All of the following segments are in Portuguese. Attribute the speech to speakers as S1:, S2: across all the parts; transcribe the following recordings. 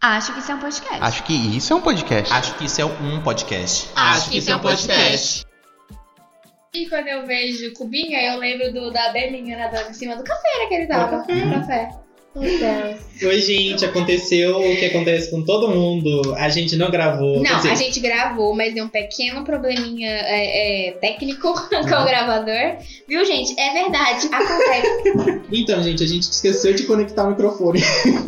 S1: Acho que isso é um podcast.
S2: Acho que isso é um podcast.
S3: Acho que isso é um podcast.
S4: Acho que isso é um podcast.
S5: E quando eu vejo Cubinha, eu lembro do, da Belinha nadando em cima do café né, que ele tava. Do café. Meu Deus.
S4: Oi, gente, aconteceu o que acontece com todo mundo. A gente não gravou. quer
S5: Não,
S4: dizer,
S5: a gente gravou, mas deu um pequeno probleminha é, é, técnico com o gravador. Viu, gente? É verdade. Acontece.
S4: Então, gente, a gente esqueceu de conectar o microfone.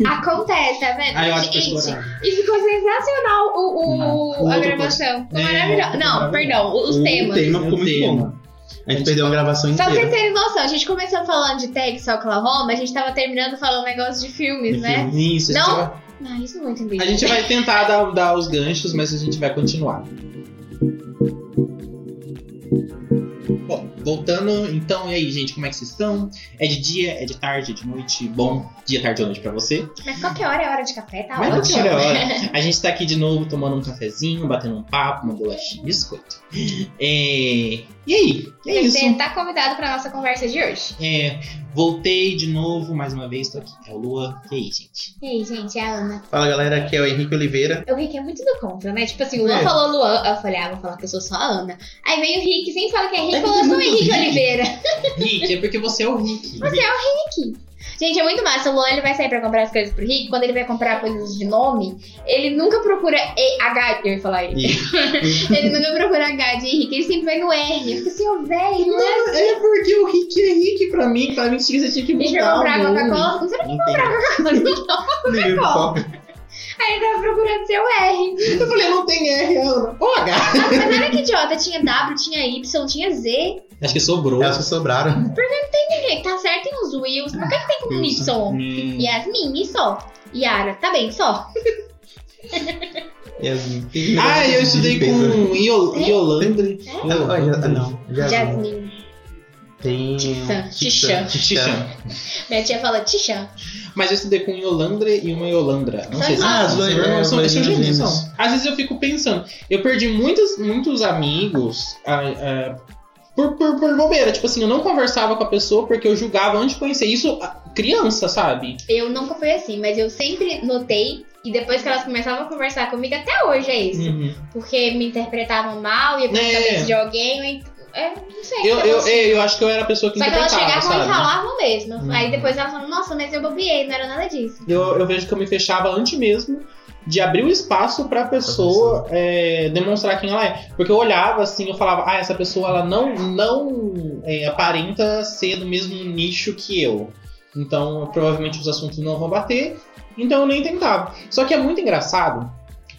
S5: acontece, tá vendo?
S4: Ah, eu acho que eu
S5: gente,
S4: explorava.
S5: E ficou sensacional o, o-
S4: Não,
S5: a
S4: o
S5: gravação. Ficou
S4: é,
S5: maravilhosa.
S4: ficou
S5: Não,
S4: maravilhoso.
S5: perdão, o- os temas.
S6: O tema ficou
S4: O
S6: muito
S4: tema.
S6: bom. A gente perdeu uma gravação
S5: Só pra vocês
S6: inteira.
S5: terem noção, a gente começou falando de Texas, Oklahoma, a gente tava terminando falando um negócio de filmes,
S6: De
S5: né?
S6: filme.
S4: Isso, a gente
S5: Não.
S4: vai-
S5: Ah, isso eu não entendi.
S4: A gente vai tentar dar, dar os ganchos, mas a gente vai continuar. Bom, voltando, então, e aí, gente, como é que vocês estão? É de dia, é de tarde, é de noite? Bom dia, tarde ou noite pra você.
S5: Mas qualquer hora é hora de café, tá
S4: Mas assim,
S5: ótimo.
S4: mentira, olha. A gente tá aqui de novo tomando um cafezinho, batendo um papo, uma bolachinha, biscoito. É, E aí? É isso.
S5: Você tá convidado pra nossa conversa de hoje.
S4: É, voltei de novo, mais uma vez, tô aqui. É o Lua. E aí, gente?
S5: E aí, gente, é a Ana.
S6: Fala galera, aqui é o Henrique Oliveira.
S5: O Rick é muito do contra, né? Tipo assim, o Luan
S6: É.
S5: falou Luan, eu falei, ah, vou falar que eu sou só a Ana. Aí vem o Rick, sempre fala que é Rick,
S4: É
S5: falou, eu sou o
S4: muito
S5: Henrique
S4: Rick.
S5: Oliveira.
S4: Rick, é porque você é o Rick.
S5: Gente, é muito massa. O Luan, ele vai sair pra comprar as coisas pro Rick. Quando ele vai comprar coisas de nome, ele nunca procura E-H, eu ia falar ele. ele nunca procura H de Rick, ele sempre vai no R. Eu fico assim, ô, velho, não é
S4: É porque o Rick é Rick pra mim, pra mim tinha que- você tinha que
S5: Deixa eu
S4: mudar
S5: comprar
S4: o nome.
S5: Coca-Cola. Não sei
S4: Não tem.
S6: Ninguém me toca.
S5: Aí ele tava procurando seu R.
S4: Eu falei, não tem R, Ana. Ô, H.
S5: Mas olha que idiota, tinha W, tinha Y, tinha Z.
S4: Acho que sobrou.
S6: Elas que sobraram.
S5: Ninguém tá certo tem uns Wills. Por que que tem um Y?
S4: Hum,
S5: Yasmin, e só. Yara, tá bem, só.
S6: Yasmin.
S4: Ah, eu estudei com tá. Iol- Iolandre.
S6: Ah, não. Yasmin.
S5: Jasmine.
S6: Tem.
S5: tá. Titã.
S6: um Titã.
S5: Titã.
S6: Titã.
S5: Minha tia fala Tixan.
S4: Mas eu estudei com Iolandre e uma Iolandra. Não
S5: São
S4: sei se
S5: irmãs.
S6: Ah, as duas- é,
S4: são,
S6: mas
S4: são
S6: são
S4: gêmeas.
S6: gêmeas.
S4: são. Às vezes eu fico pensando. Eu perdi muitos, muitos amigos ah, ah, por, por, por bobeira. Tipo assim, eu não conversava com a pessoa porque eu julgava antes de conhecer. Isso, ah, criança, sabe?
S5: Eu nunca fui assim, mas eu sempre notei. E depois que elas começavam a conversar comigo, até hoje é isso.
S4: Uhum.
S5: Porque me interpretavam mal, ia pra
S4: É.
S5: cabeça de alguém. Eu, ent- é, não sei.
S4: Eu, eu,
S5: assim.
S4: eu acho que eu era a pessoa que
S5: Só que
S4: interpretava,
S5: elas chegavam e
S4: sabe?
S5: falavam mesmo.
S4: Uhum.
S5: Aí depois elas falavam, nossa, mas eu bobiei, não era nada disso.
S4: Eu, eu vejo que eu me fechava antes mesmo de abrir o espaço pra pessoa é, demonstrar quem ela é. Porque eu olhava assim, eu falava, ah, essa pessoa ela não, não é, aparenta ser do mesmo nicho que eu. Então, provavelmente os assuntos não vão bater. Então eu nem tentava. Só que é muito engraçado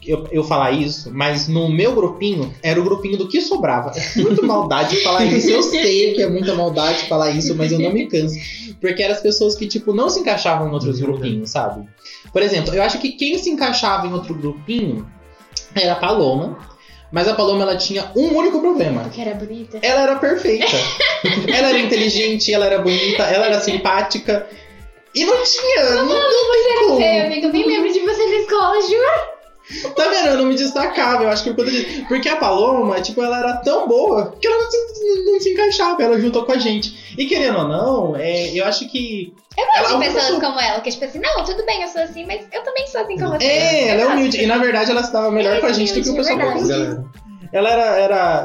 S4: eu, eu falar isso, mas no meu grupinho era o grupinho do que sobrava. É muito maldade falar isso. Eu sei que é muita maldade falar isso, mas eu não me canso. Porque eram as pessoas que, tipo, não se encaixavam em outros grupinhos, sabe? Por exemplo, eu acho que quem se encaixava em outro grupinho era a Paloma. Mas a Paloma ela tinha um único problema.
S5: Porque era bonita.
S4: Ela era perfeita. ela era inteligente, ela era bonita, ela era simpática. E não tinha, não, é não tem como.
S5: Sei, amigo, eu nem lembro de você na escola, juro.
S4: Tá vendo? Eu não me destacava, eu acho que por conta disso. Porque a Paloma, tipo, ela era tão boa que ela não se, não se encaixava, ela juntou com a gente. E querendo ou não, é, eu acho que.
S5: Eu gosto
S4: Ela
S5: de
S4: é uma
S5: pessoas
S4: pessoa-
S5: como ela, que tipo assim, não, tudo bem, eu sou assim, mas eu também sou assim como você.
S4: É, ela é humilde. E na verdade ela se dava melhor
S5: Ela é
S4: com a gente do que o
S5: humilde, é
S4: pessoal
S5: verdade.
S4: pensava.
S6: Galera.
S4: Ela era,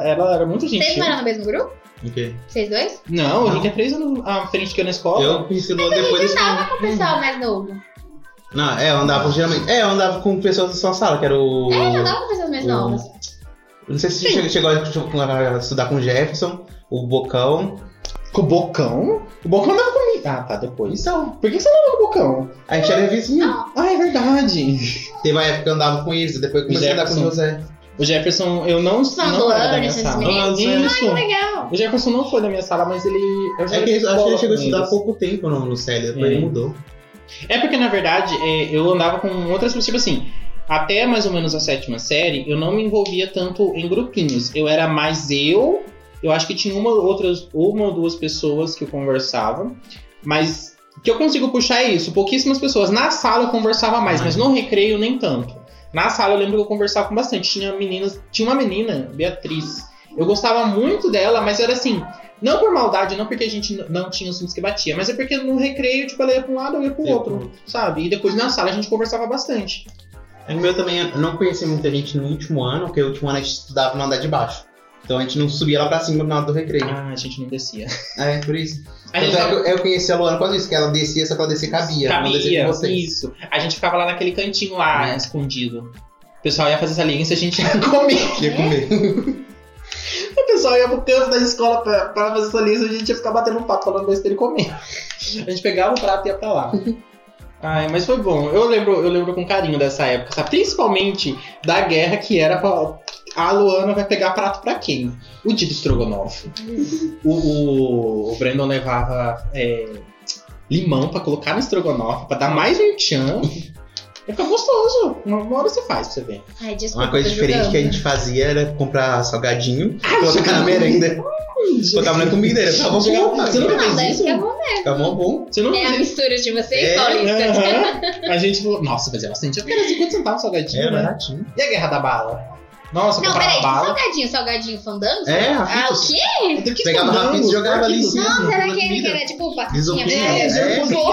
S4: era, ela era muito
S5: Vocês
S4: gentil.
S5: não eram no mesmo grupo?
S6: O quê?
S5: Vocês dois?
S4: Não, o Rick é três anos à frente que eu na escola.
S6: Eu conheci logo depois desse.
S5: Tava
S4: Hum.
S5: com o pessoal É mais novo.
S6: Não, é, eu andava geralmente. É, eu andava com pessoas da sua sala, que era o.
S5: É, eu tava com pessoas mais
S6: o-
S5: novas.
S6: Não sei se você chegou- chegou a chegou a estudar com o Jefferson, o Bocão.
S4: Com o Bocão? O Bocão andava comigo. Ah, tá, depois. Então, por que você andava com o Bocão?
S6: A gente era vizinho.
S4: Ah, é verdade.
S6: Teve uma época que eu andava com eles, depois eu comecei a andar com o José.
S4: O Jefferson, eu não,
S5: São
S4: não era da minha
S5: Dolores,
S4: sala.
S6: esses meninos.
S4: Isso.
S5: Legal.
S4: O Jefferson não foi da minha sala, mas ele. Eu
S6: É que ele- acho que ele
S4: bola
S6: chegou a
S4: com
S6: estudar um há
S4: eles.
S6: pouco tempo no, no CL, depois
S4: É.
S6: ele mudou.
S4: É porque, na verdade, é, eu andava com outras pessoas. Tipo assim, até mais ou menos a sétima série, eu não me envolvia tanto em grupinhos. Eu era mais eu. Eu acho que tinha uma, outras, uma ou duas pessoas que eu conversava. Mas o que eu consigo puxar é isso. Pouquíssimas pessoas. Na sala eu conversava mais, mas no recreio nem tanto. Na sala eu lembro que eu conversava com bastante. Tinha meninas. Tinha uma menina, Beatriz. Eu gostava muito dela, mas era assim. Não por maldade, não porque a gente n- não tinha assuntos que batia, mas é porque no recreio, tipo, ela ia pra um lado, eu ia pro
S6: Ia pro
S4: outro, sabe? E depois na sala a gente conversava bastante.
S6: É O meu também, eu não conheci muita gente no último ano, porque o último ano a gente estudava no andar de baixo. Então a gente não subia lá pra cima na hora do recreio.
S4: Ah, a gente não descia.
S6: É, por isso.
S4: A
S6: Tanto é
S4: gente
S6: que
S4: tava-
S6: eu, eu conheci a Luana por causa disso, que ela descia, só que ela descia e cabia. ela não descia
S4: cabia,
S6: com vocês.
S4: isso. A gente ficava lá naquele cantinho lá,
S6: É.
S4: escondido. O pessoal ia fazer essa aliança e a gente ia comer.
S5: É?
S6: Ia comer.
S4: O pessoal ia pro canto da escola pra, pra fazer essa aliança e a gente ia ficar batendo um papo falando besteira e comer. A gente pegava o prato e ia pra lá. Ai, mas foi bom. Eu lembro, eu lembro com carinho dessa época, sabe? Principalmente da guerra que era pra. A Luana vai pegar prato pra quem? O de estrogonofe. O, o, o Brandon levava é, limão pra colocar no estrogonofe, pra dar mais um tchan. Ia ficar gostoso. Uma, uma hora você faz pra você ver.
S5: Ai, desculpa.
S6: Uma coisa
S5: tô
S6: diferente
S5: julgando.
S6: que a gente fazia era comprar salgadinho, colocar na merenda, colocava na comida, era tava bom.
S4: Você
S5: Não,
S4: nunca
S5: deve
S4: fez isso?
S5: ficar bom mesmo.
S6: Tava mó bom.
S4: Você não
S5: É a
S4: fez
S5: mistura de vocês,
S6: É,
S5: Paulista.
S4: Aham. A gente falou, nossa, mas é bastante. Acho que era 50 centavos salgadinho,
S6: Era
S4: né?
S6: baratinho.
S4: E a guerra da bala? Nossa,
S5: Não,
S4: comprava
S5: peraí,
S4: bala.
S5: salgadinho, salgadinho fandango?
S6: É,
S5: Ah, o
S6: Rafitos.
S5: quê?
S4: Eu quis
S6: Pegava
S4: fandango,
S6: rápido e jogava ali em
S4: Rapidos.
S6: cima.
S5: Nossa, era
S6: na
S5: aquele que
S6: comida.
S5: era tipo
S6: Isopor.
S5: batatinha
S4: né? É,
S5: mesmo?
S6: É,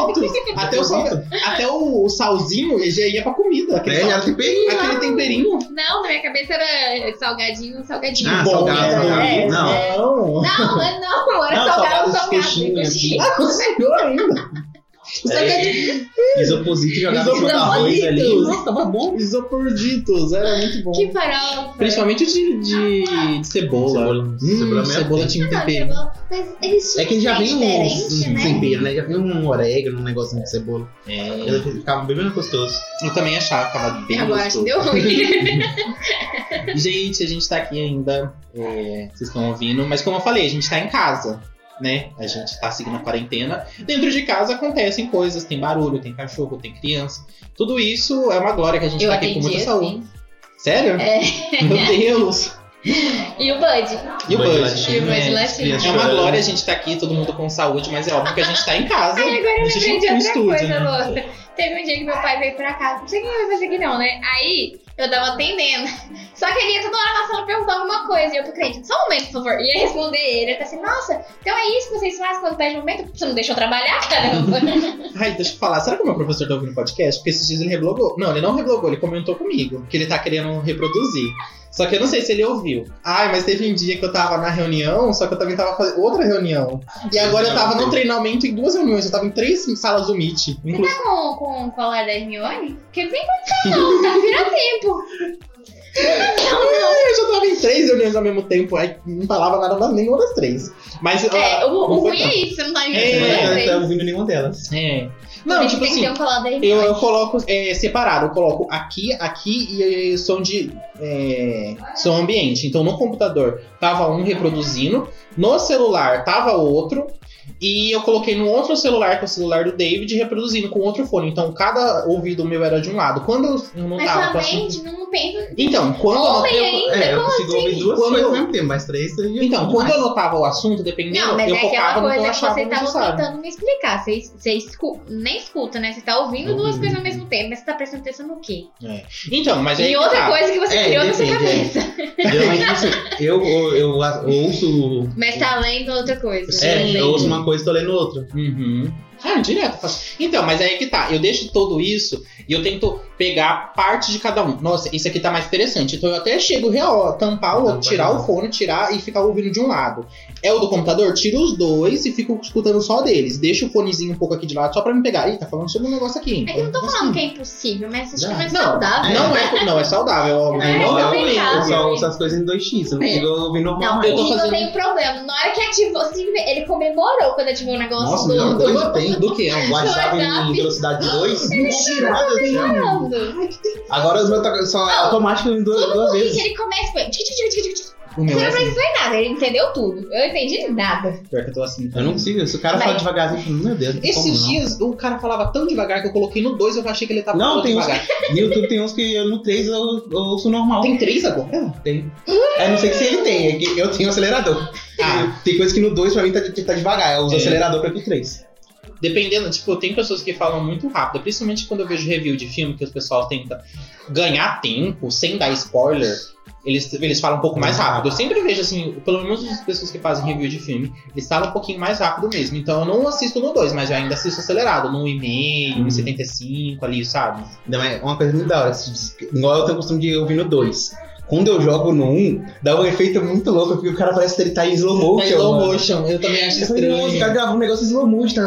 S4: Zombitos. Até o, salga- até o, o salzinho ele já ia pra comida. Aquele,
S6: É,
S4: sal-
S6: era temperinho.
S4: aquele temperinho.
S5: Não, na minha cabeça era salgadinho, salgadinho.
S6: Ah,
S4: bom,
S6: salgado,
S4: né?
S6: salgado.
S4: É,
S6: Não.
S4: Não.
S5: Não, é não, era
S6: Não,
S5: salgado,
S6: salgado de
S5: salgado.
S6: peixinho, É. assim.
S4: Ah, conseguiu ainda. é
S5: Salgadinho.
S6: Isoposito jogava em cima do arroz
S4: Isoposito.
S6: ali. Nossa, tava bom.
S4: tipo Isoporditos, era muito bom.
S5: Que farofa.
S4: Principalmente de, de, de cebola.
S6: Cebola.
S4: Hum,
S6: Cebola
S4: cebola,
S6: mesmo.
S4: tinha um
S5: Não,
S4: tempero.
S5: cebola, mas eles
S6: É que já vem um
S5: diferente,
S6: um
S5: né?
S6: tempero, né? Já vem um orégano, um negocinho de cebola.
S4: É,
S6: Ela ficava bem menos gostoso.
S4: eu também achava, ficava bem
S5: Agora acho
S4: gostoso.
S5: que deu ruim.
S4: Gente, a gente tá aqui ainda, é, vocês estão ouvindo, mas como eu falei, a gente tá em casa, né? A gente tá seguindo a quarentena. Dentro de casa acontecem coisas, tem barulho, tem cachorro, tem criança. Tudo isso é uma glória que a gente
S5: Eu
S4: tá aqui com
S5: atendi
S4: muita saúde.
S5: assim.
S4: Sério?
S5: É.
S4: Meu Deus!
S5: E o Bud?
S4: E o
S6: Bud
S4: Bud?
S6: latindo,
S5: E o Bud assim.
S4: né?
S5: latindo.
S4: um. É uma glória a gente tá aqui, todo mundo com saúde, mas é óbvio que a gente tá em casa.
S5: Ai, agora eu
S4: a gente
S5: lembrei de
S4: não
S5: outra
S4: tem
S5: coisa,
S4: né?
S5: louca. Teve um dia que meu pai veio pra casa, não sei quem vai fazer aqui não, né? Aí eu tava atendendo. Só que ele ia toda hora na sala perguntar alguma coisa. E eu pro cliente, só um momento, por favor. E ia responder ele. Ele tá assim, nossa, então é isso que vocês fazem quando pede um momento? Você não deixou eu trabalhar, caramba.
S4: Ai, deixa eu falar, será que o meu professor tá ouvindo o podcast? Porque esses dias ele reblogou. Não, ele não reblogou, ele comentou comigo, que ele tá querendo reproduzir. Só que eu não sei se ele ouviu. Ai, mas teve um dia que eu tava na reunião, só que eu também tava fazendo outra reunião. E agora eu tava no treinamento em duas reuniões, eu tava em três salas do Meet. Inclusive,
S5: Tá com, com o colar da Hermione? Porque não tem condição não, tá? Vira tempo.
S4: eu já tava em três reuniões ao mesmo tempo, aí não falava nada das nenhuma das três. Mas.
S5: É,
S4: ah,
S5: o, o
S4: não foi
S5: ruim é isso, você não tá me
S4: É,
S6: Você
S5: vendo.
S6: não tá ouvindo nenhuma delas.
S4: tanto. É. Não, tipo
S5: tem
S4: assim.
S5: que ter um colar da
S4: Eu,
S5: Hermione.
S4: eu coloco é, separado, eu coloco aqui, aqui e, e som de é, som ambiente. Então no computador tava um reproduzindo, no celular tava outro, e eu coloquei no outro celular, que é o celular do David, reproduzindo com outro fone. Então cada ouvido meu era de um lado. Quando eu não
S5: Mas
S4: tava.
S5: sua
S4: com a sua-
S5: mente não pensa...
S4: Então, quando eu-
S5: Homem
S4: eu-
S5: ainda,
S6: É, eu
S5: como assim?
S6: consigo ouvir duas
S4: Quando-
S6: coisas ao mesmo tempo, mas três seria
S4: Então, quando
S6: demais.
S4: eu anotava o assunto, dependendo,
S5: Não, mas
S4: eu
S5: é aquela
S4: focava no que eu
S5: coisa que
S4: achava
S5: você tava
S4: necessário.
S5: tentando me explicar. Você, você escu- nem escuta, né? Você tá ouvindo duas coisas ao mesmo tempo, mas você tá prestando atenção no quê?
S4: Então, mas aí.
S5: E
S4: que
S5: outra
S4: tá.
S5: coisa que você
S6: É,
S5: criou na sua
S6: depende,
S5: cabeça.
S6: Geralmente, assim, eu, eu, eu, a- eu ouço.
S5: Mas tá lendo outra coisa.
S6: É,
S5: Lendo.
S6: eu ouço uma coisa e tô lendo outra.
S4: Uhum. Ah, direto. eu faço. Então, mas aí que tá. Eu deixo tudo isso e eu tento pegar parte de cada um. Nossa, isso aqui tá mais interessante. Então eu até chego real, a tampar o outro, tirar o fone, tirar e ficar ouvindo de um lado. É o do computador, tiro os dois e fico escutando só deles. Deixo o fonezinho um pouco aqui de lado só pra me pegar. Ih, tá falando sobre um negócio aqui.
S5: É que eu não tô falando que é impossível, mas acho que é mais
S4: Não,
S5: saudável.
S4: Não é, não, é saudável, óbvio.
S5: É,
S6: eu,
S4: não é
S5: também
S4: mesmo.
S5: tá.
S6: eu só ouço as coisas em 2x, eu não consigo ouvir normal.
S5: Não,
S4: eu tô
S5: o Rigo
S4: fazendo-
S5: tem um problema. Na hora que ativou, assim, ele comemorou quando ativou o negócio
S6: Nossa,
S5: do.
S6: melhor
S5: do-
S6: coisa tem.
S4: Do que? é um
S6: O WhatsApp em
S5: WhatsApp.
S6: velocidade 2? Mentira, nada assim.
S5: Falando.
S6: Agora os meus tá- são
S5: Não.
S6: automáticos em duas, duas
S5: Tudo que
S6: vezes.
S5: ele começa com ele. tch, tch, tch, tch, tch, tch.
S4: O meu
S5: Você
S4: é
S5: não
S4: assim.
S5: precisa ler nada, ele entendeu tudo. Eu entendi nada.
S4: Pior que eu tô assim.
S6: Eu não consigo, se o cara
S5: é? Vai.
S6: fala devagarzinho, eu falo, meu Deus, não tem como
S4: Esses
S6: não.
S4: dias o cara falava tão devagar que eu coloquei no 2 eu achei que ele tava
S6: Não,
S4: falando
S6: tem uns-
S4: devagar.
S6: No YouTube tem uns que eu, no 3 eu, eu ouço normal.
S4: Tem três agora?
S6: Tem. É, não sei que se ele tem, é que eu tenho um acelerador.
S4: Ah,
S6: Tem coisa que no 2 pra mim tá, tá devagar, eu uso
S4: É.
S6: acelerador pra que 3.
S4: dependendo, tipo, tem pessoas que falam muito rápido, principalmente quando eu vejo review de filme que o pessoal tenta ganhar tempo sem dar spoiler. Eles, eles falam um pouco mais rápido. Eu sempre vejo, assim, pelo menos as pessoas que fazem review de filme, eles falam um pouquinho mais rápido mesmo. Então eu não assisto no 2, mas eu ainda assisto acelerado, no 1,5,
S6: Uhum.
S4: no 75 ali, sabe?
S6: Não, é uma coisa muito da hora. Igual eu tenho o costume de ouvir no 2. Quando eu jogo no 1, um, dá um efeito muito louco, porque o cara parece que ele tá em slow motion.
S4: É slow
S6: mano.
S4: motion, eu também acho
S6: Eu falei, nossa, o cara
S4: estranho.
S6: gravou um negócio em slow motion. Tá?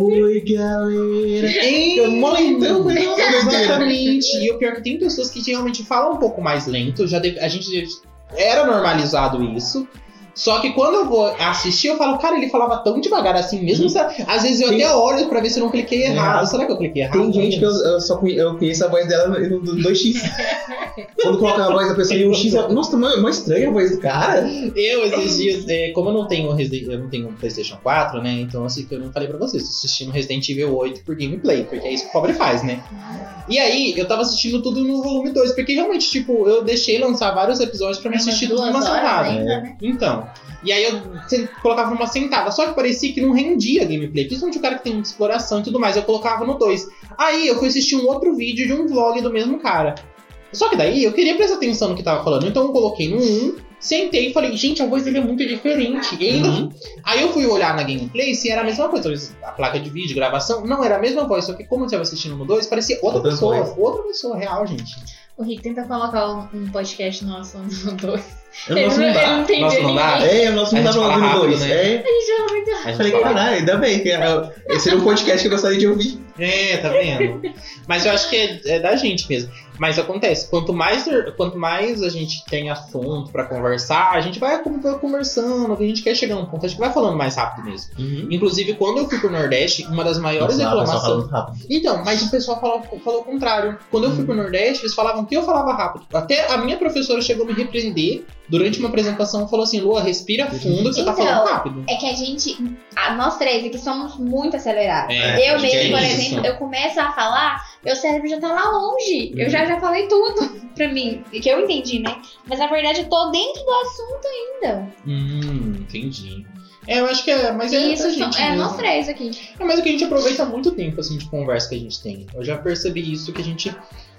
S6: Oi, galera.
S4: Ei,
S6: Eu mó lentão,
S4: não,
S6: né?
S4: Exatamente. E o pior é que tem pessoas que realmente falam um pouco mais lento. Já deve- a gente era normalizado isso. Só que quando eu vou assistir, eu falo, cara, ele falava tão devagar assim mesmo. se- Às vezes eu
S6: Tem-
S4: até olho pra ver se eu não cliquei
S6: É.
S4: errado. Será que eu cliquei errado?
S6: Tem gente que eu, eu só conhe- eu conheço a voz dela no, no 2x. Quando coloca a voz da pessoa em 1x, eu, nossa, mano, mais estranha a voz do cara.
S4: Eu, esses dias, é, como eu não tenho Resident, eu não tenho um Playstation 4, né? Então assim que eu não falei pra vocês, tô assistindo Resident Evil 8 por gameplay, porque é isso que o pobre faz, né? E aí, eu tava assistindo tudo no volume 2, porque realmente, tipo, eu deixei lançar vários episódios pra me assistir tudo
S5: Duas
S4: numa
S5: horas
S4: sentada.
S5: ainda, né?
S4: Então. E aí eu se- colocava numa sentada, só que parecia que não rendia a gameplay, principalmente o cara que tem muita exploração e tudo mais, eu colocava no 2. Aí eu fui assistir um outro vídeo de um vlog do mesmo cara. Só que daí eu queria prestar atenção no que tava falando, então eu coloquei no 1, sentei e falei, gente, a voz dele é muito diferente. E ainda-
S6: Uhum.
S4: Aí eu fui olhar na gameplay se era a mesma coisa, talvez a placa de vídeo, gravação, não era a mesma voz, só que como eu estava assistindo no 2, parecia outra,
S6: Outra
S4: pessoa,
S6: voz.
S4: outra pessoa real, gente.
S5: O Rick tenta colocar um- um podcast nosso no 2.
S6: Eu
S5: Ele
S6: nosso
S5: não- é,
S6: não
S5: ele não
S6: dá.
S5: entendeu
S4: Nossa, não dá?
S5: ninguém.
S6: É, o nosso não
S4: A
S6: dá
S4: gente
S6: pra
S4: fala
S6: ouvir no
S4: rápido,
S6: 2.
S4: né?
S6: É.
S5: A gente fala muito
S4: A gente
S6: Falei,
S4: fala-
S6: caralho, ainda bem que era- esse seria um podcast que eu gostaria de ouvir.
S4: É, tá vendo? Mas eu acho que é, é da gente mesmo. Mas acontece, quanto mais, quanto mais a gente tem assunto pra conversar, a gente vai, con- vai conversando, a gente quer chegar num ponto, a gente vai falando mais rápido mesmo. Inclusive, quando eu fui pro Nordeste, uma das maiores
S6: Nossa, lá, o pessoal
S4: reclamações.
S6: fala rápido.
S4: Então, mas o pessoal falou, falou o contrário. Quando eu fui pro Nordeste, eles falavam que eu falava rápido. Até a minha professora chegou a me repreender durante uma apresentação e falou assim: Lua, respira fundo, que você tá
S5: Então,
S4: falando rápido.
S5: É que a gente, a- nós três aqui somos muito acelerados.
S4: É,
S5: eu
S4: acho que
S5: mesmo,
S4: é
S5: por
S4: isso.
S5: exemplo, eu começo a falar, meu cérebro já tá lá longe. Eu já, já falei tudo pra mim, que eu entendi, né? Mas na verdade eu tô dentro do assunto ainda.
S4: Hum, entendi. É, eu acho que é, mas é.
S5: e
S4: da
S5: isso são-
S4: gente
S5: é
S4: mesmo.
S5: nós três aqui.
S4: É, mas é que a gente aproveita muito tempo, assim, de conversa que a gente tem. Eu já percebi isso, que a gente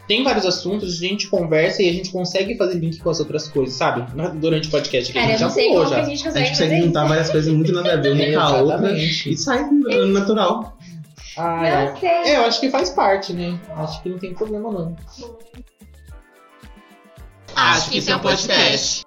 S4: tem vários assuntos, a gente conversa e a gente consegue fazer link com as outras coisas, sabe? Na- Durante o podcast aqui, a
S5: Cara, eu
S4: gente um
S5: não
S4: já
S5: sei
S4: falou
S5: como que
S4: já.
S5: a gente
S6: A
S5: consegue
S6: gente
S5: fazer
S6: consegue
S5: isso.
S6: juntar várias coisas muito nada a ver uma com a outra
S4: Exatamente.
S6: e sai uh, natural.
S4: Ah, é.
S5: Não sei.
S4: É, eu acho que faz parte, né? Acho que não tem problema, não.
S3: Acho que esse é um podcast.